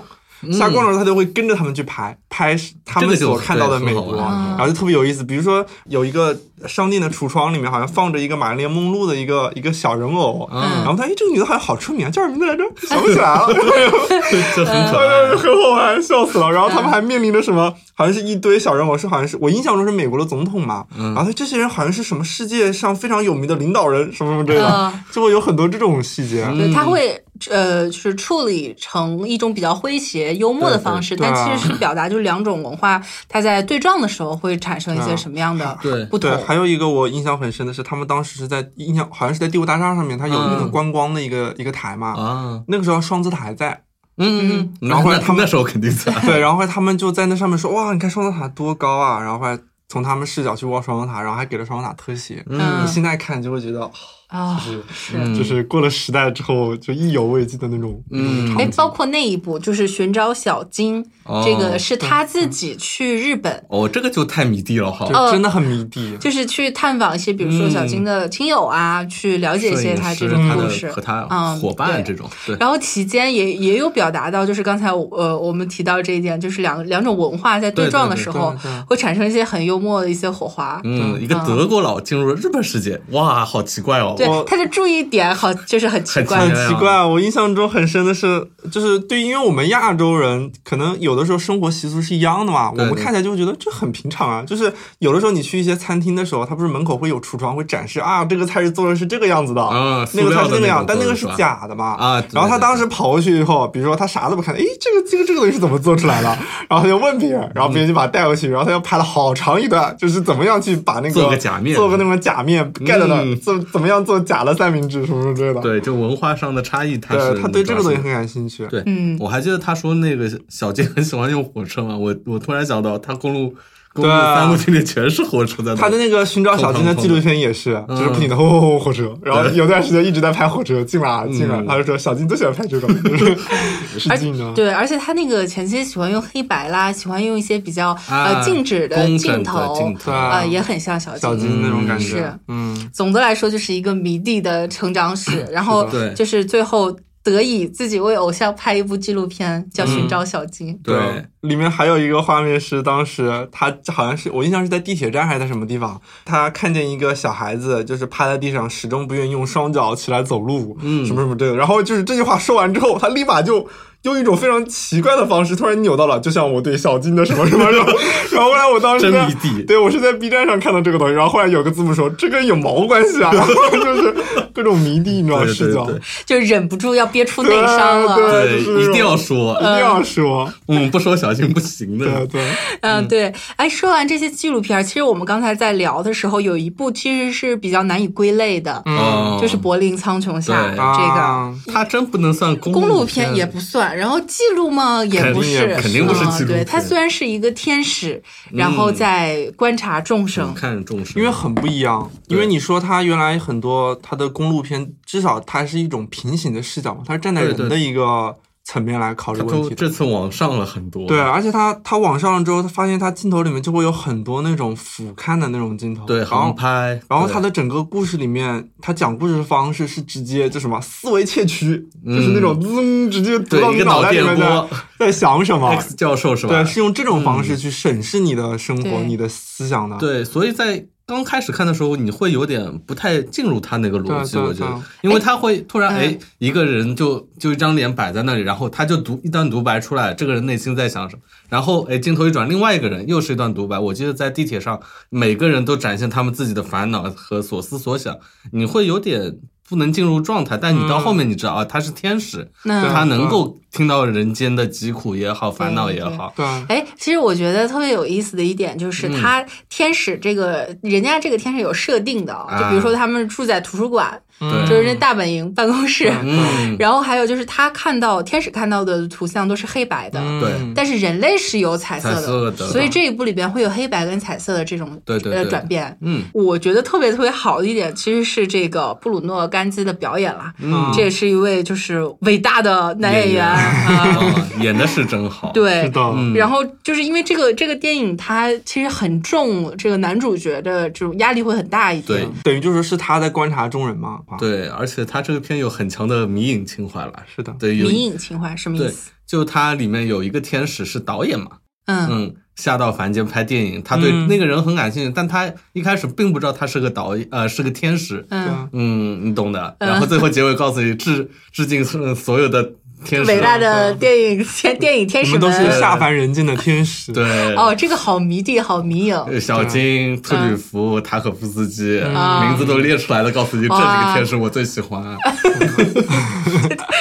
C: 瞎逛的时候，他就会跟着他们去拍拍他
B: 这个
C: 们
B: 就
C: 所看到的美国，
B: 对很好
A: 玩
B: 啊
C: 然后就特别有意思。比如说有一个商店的橱窗里面，好像放着一个玛丽莲梦露的一个一个小人偶，然
B: 嗯，
C: 后他哎，这个女的好像好出名啊，叫什么名字来着？想不起来了。
B: 这很可
A: 嗯
B: 爱。
C: 哎很好玩，笑死了。然后他们还面临着什么？好像是一堆小人偶，是好像是我印象中是美国的总统嘛。
B: 嗯
C: 然后这些人好像是什么世界上非常有名的领导人，什么什么之类的
A: 嗯，
C: 就会有很多这种细节。
B: 嗯
A: 对，他会呃，就是处理成一种比较诙谐、幽默的方式，
C: 对对对啊
A: 但其实是表达就是两种文化它在对撞的时候会产生一些
C: 对
A: 什么样的
B: 对
A: 不同
C: 啊对，。还有一个我印象很深的是，他们当时是在印象好像是在第五大厦上面，它有那个
B: 嗯
C: 观光的一个、一个台嘛。
B: 啊，
C: 那个时候双子塔还在，
B: 嗯嗯，嗯
C: 然后后来
B: 那
C: 他们
B: 那时候肯定在，
C: 对，然后后来他们就在那上面说：“哇，你看双子塔多高啊！”然后后来从他们视角去望双子塔，然后还给了双子塔特写。
A: 嗯
C: 你现在看就会觉得，
A: 啊，
C: 就是
A: 是。
C: 就是过了时代之后就意犹未尽的那种。
B: 嗯
C: 那种
A: 哎
C: 场，景
A: 包括那一部就是寻找小金，
B: 哦
A: 这个是他
C: 嗯
A: 自己去日本，
B: 哦，这个就太迷弟了哈。
C: 就真的很迷弟。
A: 就是去探访一些，比如说小金
C: 嗯
A: 的亲友啊，去了解一些他这
B: 摄影师
A: 种
B: 他
A: 故
B: 的
A: 事
B: 和他
A: 嗯
B: 伙伴
A: 对
B: 这种， 对，
A: 然后期间也也有表达到，就是刚才我呃我们提到这一点，就是两两种文化在对撞的时候，
C: 对对对对对
A: 会产生一些很幽默的一些火花。
B: 嗯，一个德国佬进入了日本世界，哇，好奇怪哦。
A: 对
C: 我，
A: 他的注意点好就是很奇怪
B: 很
C: 很
B: 奇
C: 奇怪，我印象中很深的是，就是对，因为我们亚洲人可能有的时候生活习俗是一样的嘛，我
B: 对
C: 们
B: 对
C: 看起来就会觉得这很平常啊。就是有的时候你去一些餐厅的时候，它不是门口会有橱窗会展示啊，这个菜是做的是这个样子的，
B: 嗯
C: 那
B: 塑
C: 个
B: 料
C: 菜
B: 的
C: 是那
B: 那
C: 个样
B: 种，
C: 但那
B: 做
C: 个
B: 的是
C: 是
B: 吧
C: 假的嘛。
B: 啊对
C: 然后他
B: 对
C: 当时跑过去以后，比如说他啥都不看，诶，这个这个这个东西是怎么做出来的？然后他就问别人，然后别人就把他带回去，然后他又拍了好长一段，就是怎么样去把那个
B: 做个假面
C: 做个那种假面盖在那儿，
B: 嗯
C: 怎怎么样做假的三明治什么什么之类的。
B: 对，就文化上的差异，他是
C: 对，他对这个东西
B: 抓住的
C: 很感兴趣。
B: 对，
A: 嗯
B: 我还记得他说那个小金很喜欢用火车嘛，我我突然想到他公路公路
C: 啊
B: 三部曲里全是火车在那。
C: 他的那个寻找小金的纪录片也是，
B: 嗯
C: 就是不停的轰轰轰火车，然后有段时间一直在拍火车，进来进
B: 嗯
C: 来，他就说小金最喜欢拍这种，就是是近的。
A: 对，而且他那个前期喜欢用黑白啦，喜欢用一些比较、
B: 啊
A: 呃静止的
B: 工整
A: 镜
B: 的
A: 头，
B: 镜头
A: 啊、也很像小
C: 小金那种感觉
A: 是，
C: 嗯，
A: 总的来说就是一个迷弟的成长史，然后
B: 对
A: 就是最后得以自己为偶像拍一部纪录片，叫《寻找小金》。
B: 对，，
C: 里面还有一个画面是当时他好像是我印象是在地铁站还是在什么地方，他看见一个小孩子就是趴在地上，始终不愿意用双脚起来走路，
B: 嗯
C: 什么什么这个，然后就是这句话说完之后，他立马就。用一种非常奇怪的方式突然扭到了，就像我对小金的什么 什么什么，然后后来我当时
B: 真
C: 在
B: 迷弟。
C: 对，我啊是在 B 站上看到这个东西，然后后来有个字幕说这跟有毛关 系啊，就是各种迷弟，你知道
B: 对
C: 视
B: 对
C: 角，
B: 对
A: 就忍不住要憋出内伤了。
C: 对啊
B: 对，
C: 就是
B: 一定要说，
C: 一定要说，
B: 我嗯们不说小金不行
C: 对啊
B: 的。
C: 对，
A: 嗯，对。哎，说完这些纪录片儿，其实我们刚才在聊的时候，有一部其实是比较难以归类的，
B: 哦，
A: 就是《柏林苍穹下》
B: 对
A: 这个。
C: 啊
B: 他真不能算公
A: 公路
B: 片
A: 片也不算，然后记录嘛也不是，
C: 肯定也不
B: 肯定不是
A: 嗯
B: 纪录片
A: 对，他虽然是一个天使，然后在观察众生
B: 嗯，看众生，
C: 因为很不一样，因为你说它原来很多它的公路片，至少它是一种平行的视角嘛，它是站在
B: 对
C: 人的
B: 对
C: 一个层面来考虑
B: 他
C: 问
B: 都
C: 题的。
B: 这次往上了很多。
C: 对，啊而且它它往上了之后，它发现它镜头里面就会有很多那种俯瞰的那种镜头，
B: 对，
C: 然
B: 航
C: 后
B: 拍，
C: 然后它
B: 他
C: 的整个故事里面，它讲故事的方式是直接就什么思维窃取，就是那种嗡直接读
B: 嗯对
C: 到
B: 一
C: 你
B: 个
C: 脑
B: 脑
C: 袋里
B: 电
C: 面在
B: 波
C: 在想什么，
B: ，X 教授是吧？嗯
C: 对，是用这种方式去审视你的生活、
A: 对
C: 你的思想的。
B: 对，所以在刚开始看的时候，你会有点不太进入他那个逻辑，
C: 对对
B: 我觉
C: 对
B: 得，因为他会突然
A: 嗯
B: 哎，一个人就就一张脸摆在那里，然后他就独一段独白出来，这个人内心在想什么，然后哎，镜头一转，另外一个人又是一段独白。我记得在地铁上，每个人都展现他们自己的烦恼和所思所想，你会有点。不能进入状态，但你到后
C: 嗯
B: 面你知道啊，他是天使，
A: 那
B: 他能够听到人间的疾苦也好，烦恼也好，
C: 对，
A: 哎，其实我觉得特别有意思的一点就是，
B: 嗯
A: 他天使这个、人家这个天使有设定的哦，
B: 啊
A: 就比如说他们住在图书馆，
B: 对
A: 就是那大本营办公室，
B: 嗯，
A: 然后还有就是他看到天使看到的图像都是黑白的。
C: 嗯
B: 对
A: 但是人类是有彩色的，
B: 彩色的
A: 所以这一部里边会有黑白跟彩色的这种
B: 对对
A: 呃
B: 对
A: 转变。
B: 嗯，
A: 我觉得特别特别好的一点其实是这个布鲁诺·甘基的表演啦，
B: 啊
C: 嗯
A: 这也是一位就是伟大的男演
B: 演员
A: 员 啊，
B: 啊演的是真好，
A: 对
C: 是，的，
B: 嗯
A: 然后就是因为这个这个电影，它其实很重这个男主角的这种压力会很大一点。
B: 对
C: 等于就是是他在观察众人嘛。啊，
B: 对，而且他这个片有很强的迷影情怀了，
C: 是的，
B: 对，有
A: 迷影情怀什么意
B: 对
A: 思？，
B: 就它里面有一个天使是导演嘛，
A: 嗯，
B: 嗯，下到凡间拍电影，他对
C: 嗯
B: 那个人很感兴趣，但他一开始并不知道他是个导演，呃，是个天使，
C: 对
A: 嗯，
C: 啊，
B: 嗯，你懂的。然后最后结尾告诉你致致敬呃所有的天使
A: 伟，大的
B: 嗯
A: 电影天电影天
C: 我
A: 使
C: 们都是
A: 们。
C: 下凡人间的天使。，
B: 对，
A: 哦，这个好迷弟，好迷影。
B: 呃小
A: 嗯
B: 金、特吕弗、塔可夫斯基，
A: 啊
B: 名字都列出来了，告诉你这是个
A: 哇
B: 天使，我最喜 欢。啊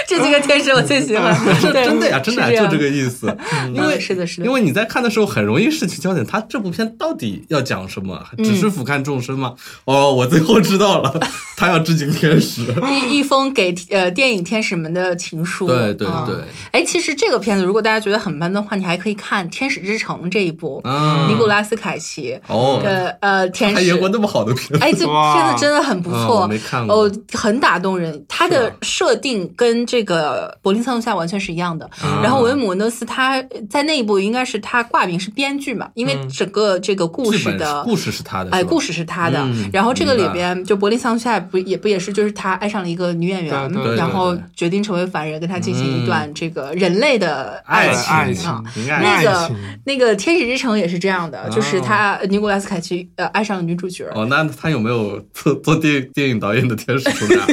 A: 这几个天使我最喜欢，
B: 这
A: 对
B: 真的呀，真的
A: 是
B: 呀，就
A: 样
B: 这个意思。因 为
A: 嗯是的是的
B: 因为你在看的时候很容易失去焦点，他这部片到底要讲什么？
A: 嗯
B: 只是俯瞰众生吗？哦，我最后知道 了，他要致敬天使。
A: 一一封给呃电影天使们的情书。
B: 对对
A: 啊
B: 对，
A: 哎，其实这个片子如果大家觉得很闷的话，你还可以看《天使之城》这一部，
B: 啊
A: 尼古拉斯凯奇。
B: 哦，
A: 呃 呃，天
B: 他
A: 使
B: 演过那么好的片子，
A: 哎，这
C: 哇
A: 片子真的很不
B: 嗯我
A: 错，
B: 没看过
A: 哦，很打动人。它
B: 是啊
A: 的
B: 吧
A: 设定跟这个《柏林苍穹下》完全是一样的。
B: 啊
A: 然后维姆诺斯他在那一部应该是他挂名是编剧嘛，因为整个这个故
B: 嗯剧
A: 事
B: 本
A: 的
B: 故事是他的，
A: 哎，
B: 是吧
A: 故事是他的。
B: 嗯
A: 然后这个
B: 明
A: 里
B: 白
A: 边，就柏林桑下不也不也是，就是他爱上了一个女演员，
C: 对对对
A: 然后
B: 对对
A: 决定成为凡人，跟他进行
B: 嗯
A: 一段这个人类的
B: 爱
A: 情。
C: 爱
B: 情
A: 啊
B: 情爱
A: 那
C: 爱
A: 个
C: 情
A: 那个《天使之城》也是这样的，就是他尼古拉斯凯奇呃爱上了女主角，
B: 哦，那他有没有做做电电影导演的天使出 来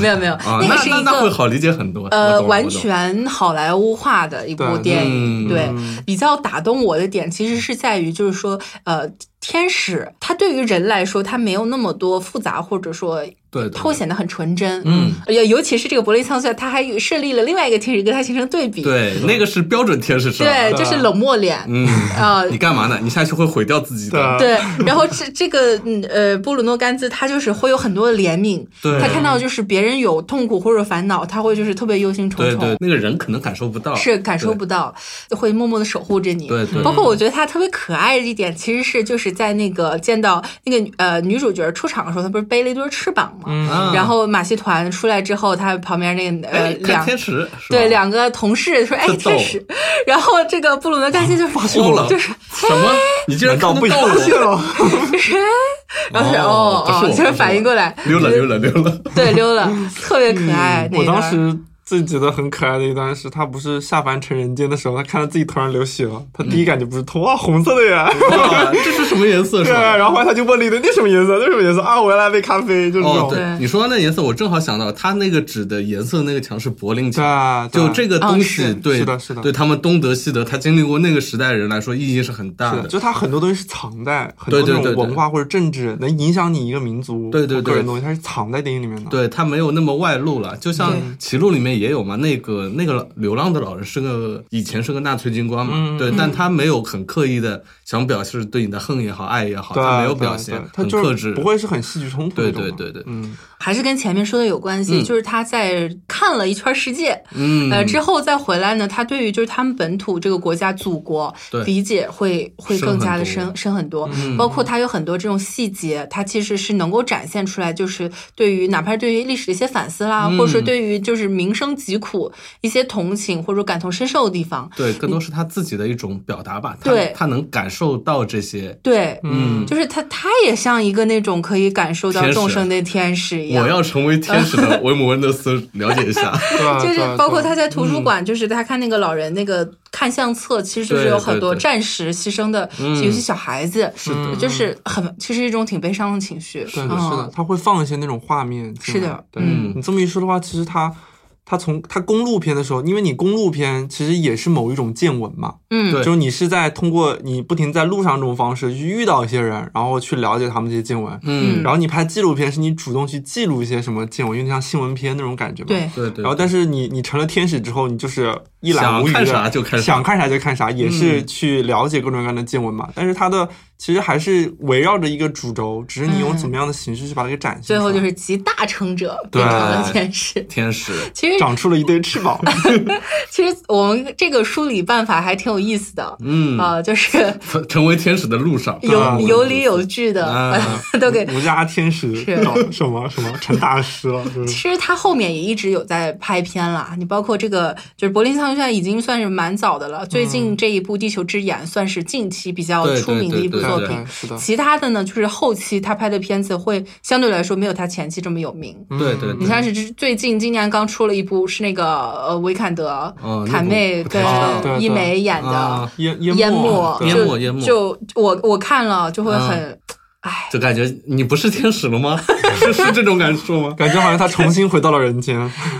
A: 没有没有，
B: 啊？
A: 个
B: 那
A: 是
B: 那
A: 一
B: 那会
A: 个
B: 好理解很多，我
A: 呃
B: 懂
A: 完。
B: 我懂
A: 全好莱坞化的一部
C: 对
A: 电影，
B: 嗯
A: 对，比较打动我的点其实是在于就是说呃。天使，它对于人来说，它没有那么多复杂，或者说
B: 对对
A: 它会显得很纯真。呃
B: 嗯，
A: 尤尤其是这个伯利苍穗，他还设立了另外一个天使跟他形成对比。
B: 对，那个是标准天使是吧？
A: 对，就是冷漠脸。
B: 嗯，
A: 呃，
B: 你干嘛呢？你下去会毁掉自己的。
C: 对
A: 对，然后这这个嗯呃，布鲁诺·甘兹他就是会有很多的怜悯，
B: 对
A: 他看到就是别人有痛苦或者烦恼，他会就是特别忧心忡
B: 对
A: 忡，
B: 对，那个人可能感受不到，
A: 是感受不到，会默默的守护着你。
B: 哦对啊对
A: 包括我觉得他特别可爱的一点，其实是就是在那个见到那个女呃女主角出场的时候，她不是背了一对翅膀嘛，
C: 嗯
B: 啊
A: 嗯然后马戏团出来之后，他旁边那个呃
B: 哎，看
A: 两
B: 天使，是吧
A: 对两个同事说哎
B: 特逗
A: 天使， 然后这个布鲁诺·甘兹就
B: 错了
A: 是 就是
B: 什么？你竟然
C: 难道
B: 看得到
C: 不相信
B: 我？
C: 了？
A: 就是哎，然后是
B: 哦
A: 哦
B: 不是我
A: 哦，
B: 不
A: 就是是
B: 我
A: 反应过来，
B: 溜了溜了溜了！
A: 对，溜 了，特别可爱。
B: 嗯
A: 那
C: 嗯我
A: 一段
C: 当
A: 儿
C: 时最觉得很可爱的一段是，他不是下凡成人间的时候，他看到自己头上流血了，他第一感觉不是痛，啊，红色的呀。
B: 哇啊这是什么颜色？是
C: 对，啊
B: 吧？
C: 然后后来他就问了一顿，那什么颜色？那什么颜色？啊，我要来杯咖啡，就是这
B: 哦，
C: 种。
A: 对
B: 你说到那颜色，我正好想到，它那个纸的颜色，那个墙是柏林墙，
C: 对
B: 就
C: 对
B: 这个东
A: 啊
B: 西，
A: 是
B: 对，
C: 是的是的
B: 对他们东德、西德，他经历过那个时代人来说，意义是很大
C: 是
B: 的
C: 的，。就它很多东西是藏在很多
B: 啊对对
C: 那
B: 对
C: 种
B: 对
C: 文化或者政治能影响你一个民族
B: 对对对
C: 或个人的东西，它是藏在电影里面的。
B: 对他没有那么外露了，就像
A: 对
B: 《歧路》里面也有嘛，那个那个流浪的老人是个以前是个纳粹军官嘛，
C: 嗯
B: 对，但他没有很刻意的想表示对你的恨也好，爱也好，
C: 对，
B: 他没有
C: 对啊
B: 表
C: 对
B: 现，
C: 它
B: 很克
C: 就
B: 制，
C: 是不会是很戏剧冲突那
B: 对
C: 种
B: 对
C: 嘛
B: 对对
C: 嗯，
A: 还是跟前面说的有关系，
B: 嗯
A: 就是他在看了一圈世界，
B: 嗯
A: 呃，之后再回来呢，他对于就是他们本土这个国家、祖国
B: 对
A: 理解会会
B: 深
A: 更加
B: 很
A: 的
B: 多嗯
A: 深深很多，包括他有很多这种细节，他其实是能够展现出来，就是对于哪怕是对于历史的一些反思啦，或者
B: 嗯
A: 说对于就是民生疾苦一些同情或者说感同身受的地方，
B: 对，更多是他自己的一种表达吧，他
A: 对
B: 他能感受到这些，
A: 对，
B: 嗯，
A: 就是他，他也像一个那种可以感受到
B: 天使
A: 众生的天使一样。嗯
B: 我要成为天使的维姆温德斯，了解一 下。
C: 对啊，
A: 就是
C: 对啊
A: 包括
C: 对啊
A: 他在图
B: 嗯
A: 书馆，就是他看那个老人那个看相册，其实就是有很多
B: 对对对嗯
A: 战时牺牲的，尤其小孩子，
B: 是
C: 嗯
B: 的嗯
A: 就是很，其实一种挺悲伤的情绪。
C: 对
A: 嗯
C: 的是的，他会放一些那种画面进来。
A: 是的
C: 对
B: 嗯
C: 你这么一说的话，其实他他从他公路片的时候，因为你公路片其实也是某一种见闻嘛，
A: 嗯，
B: 对
C: 就是你是在通过你不停在路上这种方式去遇到一些人，然后去了解他们这些见闻。
B: 嗯，
C: 然后你拍纪录片是你主动去记录一些什么见闻，有点像新闻片那种感觉嘛。
A: 对。
B: 对对。
C: 然后，但是你你成了天使之后，你就是一览无余
B: 想
C: 的，
B: 看啥就看啥
C: 想看啥就看啥，也是去了解各种各样的见闻嘛。但是它的其实还是围绕着一个主轴，只是你用怎么样的形式去把它给展现出
A: 最
C: 来。
A: 后就是集大成者变成了天使。
B: 天使，
A: 其实，
C: 长出了一对翅膀，
A: 其实我们这个梳理办法还挺有意思的。
B: 嗯，啊
A: 啊，就是
B: 成成为天使的路上，
A: 有
C: 对
A: 有理有据的
B: 啊，
A: 都给
C: 吴家天使
A: 是
C: 找什么什么成大师了，是不
A: 其
C: 是？
A: 实他后面也一直有在拍片啦，你包括这个就是《柏林苍穹》已经算是蛮早的了，最近这一部《地球之眼》算是近期比较
B: 嗯对
A: 出名的一部
B: 对
A: 作
B: 对
A: 品
C: 对。是的，
A: 其他的呢，就是后期他拍的片子会相对来说没有他前期这么有名。
B: 对对
A: 你
B: 对，
A: 像是之最近今年刚出了一部是那个呃维坎德
B: 哦、那
A: 坎
B: 部
A: 妹
B: 不
A: 跟
B: 太
C: 知道
A: 伊梅演的
B: 啊，
C: 淹
A: 《 淹
C: 没
A: 没
C: 对
B: 淹没
A: 就
B: 淹没啊
A: 就我我看了就会很唉，
B: 就感觉你不是天使了吗？ 是是这种感受吗？
C: 感觉好像他重新回到了人间。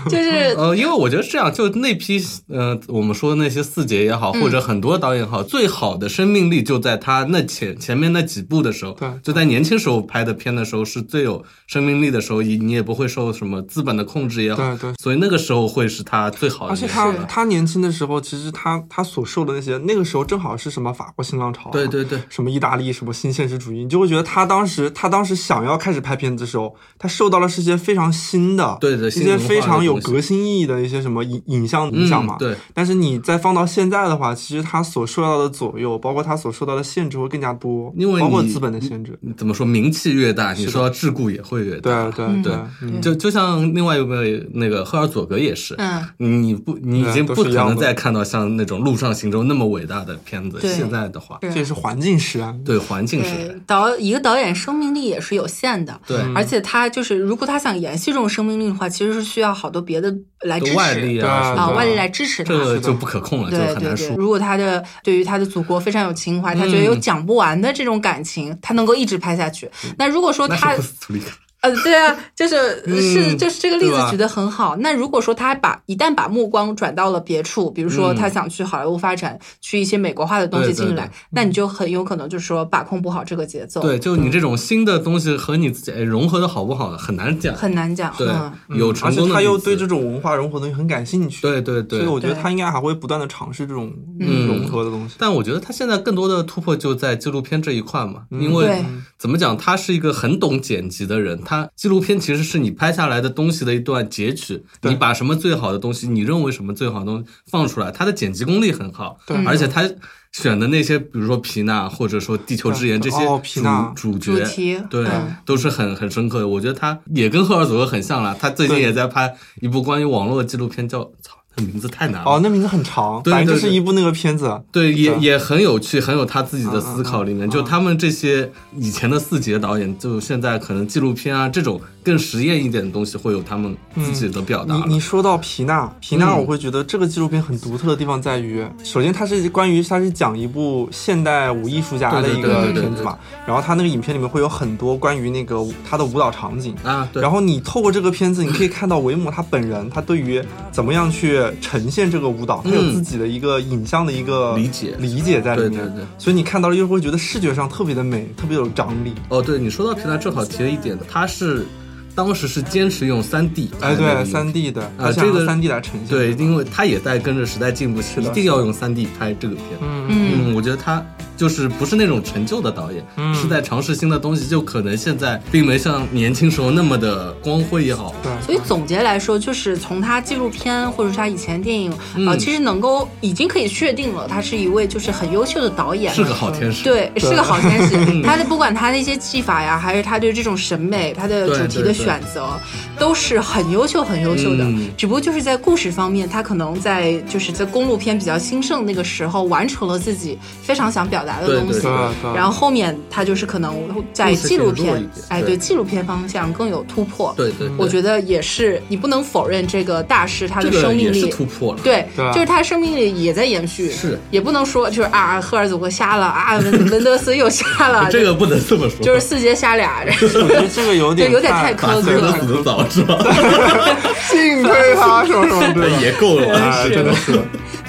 A: 就是
B: 呃，因为我觉得是这样，就那批呃，我们说的那些四杰也
C: 嗯
B: 好，或者很多导演也好，最好的生命力就在他那前前面那几部的时候，
C: 对
B: 就在年轻时候拍的片的时候是最有生命力的时候，你你也不会受什么资本的控制也好，
C: 对对
B: 所以那个时候会是他最好的
C: 而且
B: 年纪
C: 他
B: 了，
C: 他年轻的时候，其实他他所受的那些，那个时候正好是什么法国新浪潮、啊
B: 对对对，
C: 什么意大利什么新现实主义，你就会觉得他当时他当时想要开始拍片子的时候，他受到了是一些非常新的，
B: 对对
C: 一
B: 新文
C: 些
B: 化的
C: 非常有
B: 东西
C: 革新意义的一些什么影影像影响嘛、
B: 嗯对。
C: 但是你再放到现在的话，其实他所受到的左右，包括他所受到的限制会更加多，
B: 因为
C: 包括
B: 你
C: 资本的限制。
B: 怎么说，名气越大，你说桎梏也会越
C: 对
B: 大。
C: 对
A: 嗯
C: 对，
A: 对
B: 就就像另外一位那个赫尔佐格也是，
A: 嗯
B: 你不你已经
C: 对
B: 不
C: 嗯都是
B: 可
C: 一样的
B: 能再看到像那种《路上行舟》那么伟大的片子。
A: 对
B: 现在的话，
A: 是
C: 这也是环境使然。
B: 对环境使
A: 对嗯
B: 然，
A: 导一个导演生命力也是有限的，
B: 对
A: 而且他就是如果他想延续这种生命力的话，其实是需要好多别的来支
B: 对
A: 持
B: 外力
C: 对
B: 啊，
A: 啊，
B: 什么
A: 外力来支持他
B: 这。个
C: 的
B: 就不可控了，就
A: 对
B: 很
A: 对
B: 难
A: 对，
B: 说。嗯
A: 如果他的对于他的祖国非常有情怀，他觉得有讲不完的这种感情，他能够一直拍下去。那如果说
B: 那
A: 他
B: 是库斯图里卡，
A: 呃，对啊，就是是
B: 嗯
A: 就是这个例
B: 对
A: 子
B: 吧
A: 举得很好。那如果说他把一旦把目光转到了别处，比如说他想去好莱坞发展，去一些美国化的东西
B: 嗯对对
A: 进来
B: 对，
A: 那你就很有可能就是说把控不好这个节奏，
B: 对，就你这种新的东西和你自己哎融合的好不好很难讲。
A: 很难讲。
B: 对
A: 嗯，
B: 有成
C: 而且
B: 功的例子，
C: 他又对这种文化融合的东西很感兴趣，
B: 对对
C: 所以
B: 对。
C: 我觉得
A: 对
C: 他应该还会不断的尝试这种
A: 嗯
C: 融合的东西。
B: 但我觉得他现在更多的突破就在纪录片这一块嘛，
C: 嗯
B: 因
A: 对
B: 为怎么讲，他是一个很懂剪辑的人。他纪录片其实是你拍下来的东西的一段截取，
C: 对
B: 你把什么最好的东西，你认为什么最好的东西放出来，他的剪辑功力很好，
C: 对
B: 而且他选的那些，比如说皮娜或者说地球之眼这些
C: 哦皮娜
B: 主主
A: 主
B: 角，
A: 题
B: 对
A: 嗯，
B: 都是很很深刻的。我觉得他也跟赫尔佐格很像啦，他最近
C: 对
B: 也在拍一部关于网络的纪录片，叫“操”，那名字太难了。
C: 哦，那名字很长，
B: 嗯对
C: 反正
B: 对
C: 就是
B: 对
C: 一部那个片子。
B: 对，也
C: 对
B: 也很有趣，很有他自己的思考
C: 嗯
B: 里面。就他们这些以前的四杰导演，就现在可能纪录片啊这种更实验一点的东西，会有他们自己的表达
C: 嗯你
B: 了。
C: 你说到皮娜，皮娜，
B: 嗯
C: 我会觉得这个纪录片很独特的地方在于，首先它是关于它是讲一部现代舞艺术家的
B: 对对
C: 一个
B: 对对对
C: 片子嘛，然后它那个影片里面会有很多关于那个他的舞蹈场景，
B: 啊，对
C: 然，后你透过这个片子，你可以看到维姆他本人，他对于怎么样去呈现这个舞蹈，他有
B: 嗯
C: 自己的一个影像的一个
B: 理解
C: 理解在里面。
B: 对对对
C: 所以你看到了又会觉得视觉上特别的美，特别有张力。
B: 哦，对你说到皮娜，正好提了一点，他是当时是坚持用三 D，
C: 哎，对，三 D 的，他想
B: 哎这个
C: 用三 D 来呈现。
B: 对，因为他也在跟着时代进步，
C: 的
B: 一定要用三 D 拍这个片。
C: 嗯，
A: 嗯，
B: 嗯，我觉得他就是不是那种陈旧的导演，
C: 嗯
B: 是在尝试新的东西，就可能现在并没像年轻时候那么的光辉也好，
C: 对。
A: 所以总结来说，就是从他纪录片或者是他以前电影，呃，
B: 嗯
A: 其实能够已经可以确定了，他是一位就是很优秀的导演，
B: 是个好天使。
A: 对，是个好天
B: 嗯
A: 使。他的不管他的一些技法呀，还是他对这种审美、他的
B: 对
A: 主题
B: 对
A: 的
B: 对
A: 选择，都是很优秀、很优秀的
B: 嗯。
A: 只不过就是在故事方面，他可能在就是在公路片比较兴盛那个时候，完成了自己非常想表达的
B: 对
A: 东西
B: 对。
C: 对对
A: 然后后面他就是可能在纪录
B: 故事更弱一
A: 片
B: 点，
A: 哎，
B: 对
A: 对纪录片方向更有突破。
B: 对对，对
A: 我觉得也是，你不能否认这个大师他
B: 这
A: 的
B: 个
A: 生命
B: 也是
A: 力。
B: 突破了。
A: 对，
C: 对啊
A: 就是他生命力也在延续，
B: 是
A: 也不能说就是啊，赫尔佐格瞎了啊，文 文德斯又瞎了，
B: 哎这个不能这么说，
A: 啊就是四杰瞎俩，
C: 我觉得这个有点
A: 就有点太苛刻
B: 把
A: 了
B: 死人死的早是吧？
C: 敬佩他什么什么 之类的。
B: 也够了
C: 哎，真的是，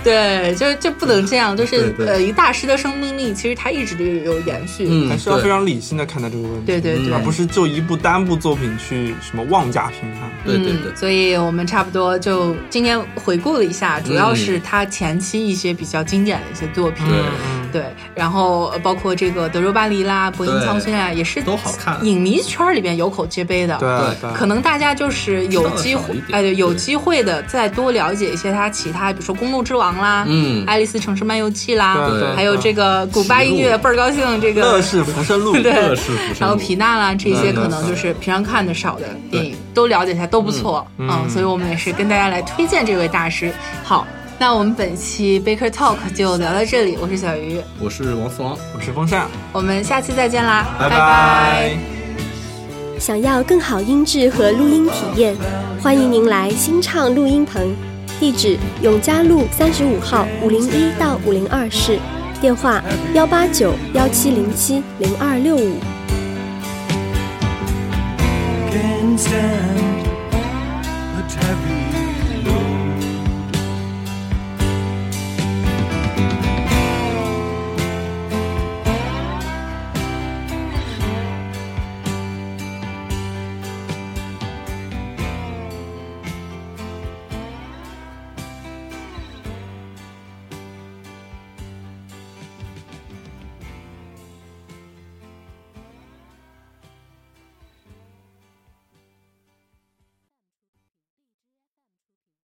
A: 对，就是这不能这样，就是
B: 对对
A: 呃，一大师的生命力其实他一直都有延续，
B: 嗯，啊
C: 还是要
B: 对
C: 非常理性的看待这个问题，
A: 对对对
C: 而不是就一部单部作品去什么妄加评判。
B: 对对
A: 嗯
B: 对，
A: 所以我们差不多就今天回顾了一下，主要是
B: 嗯
A: 他前期一些比较经典的一些作品，
B: 对
A: 对，然后呃包括这个德州巴黎啦、柏林苍轩啊，也是
B: 都好看
A: 影迷圈里边有口皆碑的，
C: 对对，
A: 可能大家就是有机
B: 知道的
A: 会
B: 少一，点
A: 哎，对，
B: 对
A: 有机会的再多了解一些他其他，比如说《公路之王》啦，
B: 嗯
A: 爱丽丝城市漫游记》啦
C: 对
B: 对，
A: 还有这个古巴音
B: 歧
A: 乐
B: 路
A: 倍儿高兴这
C: 乐
A: 个。
C: 视浮生路，
A: 对
B: 乐视浮生路
A: 然后皮娜啦，这些可能就是平常看的少的电影，都了解一下，都不错。嗯，所以我们也是跟大家来推荐这位大师。好，那我们本期 Baker Talk 就聊到这里，我是小鱼，
B: 我是王思王。
C: 我是风扇，
A: 我们下期再见啦，拜
C: 拜
D: 想要更好音质和录音体验，欢迎您来新唱录音棚，地址永嘉路三十五号五零一到五零二室，电话幺八九幺七零七零二六五。
E: can stand, but heavy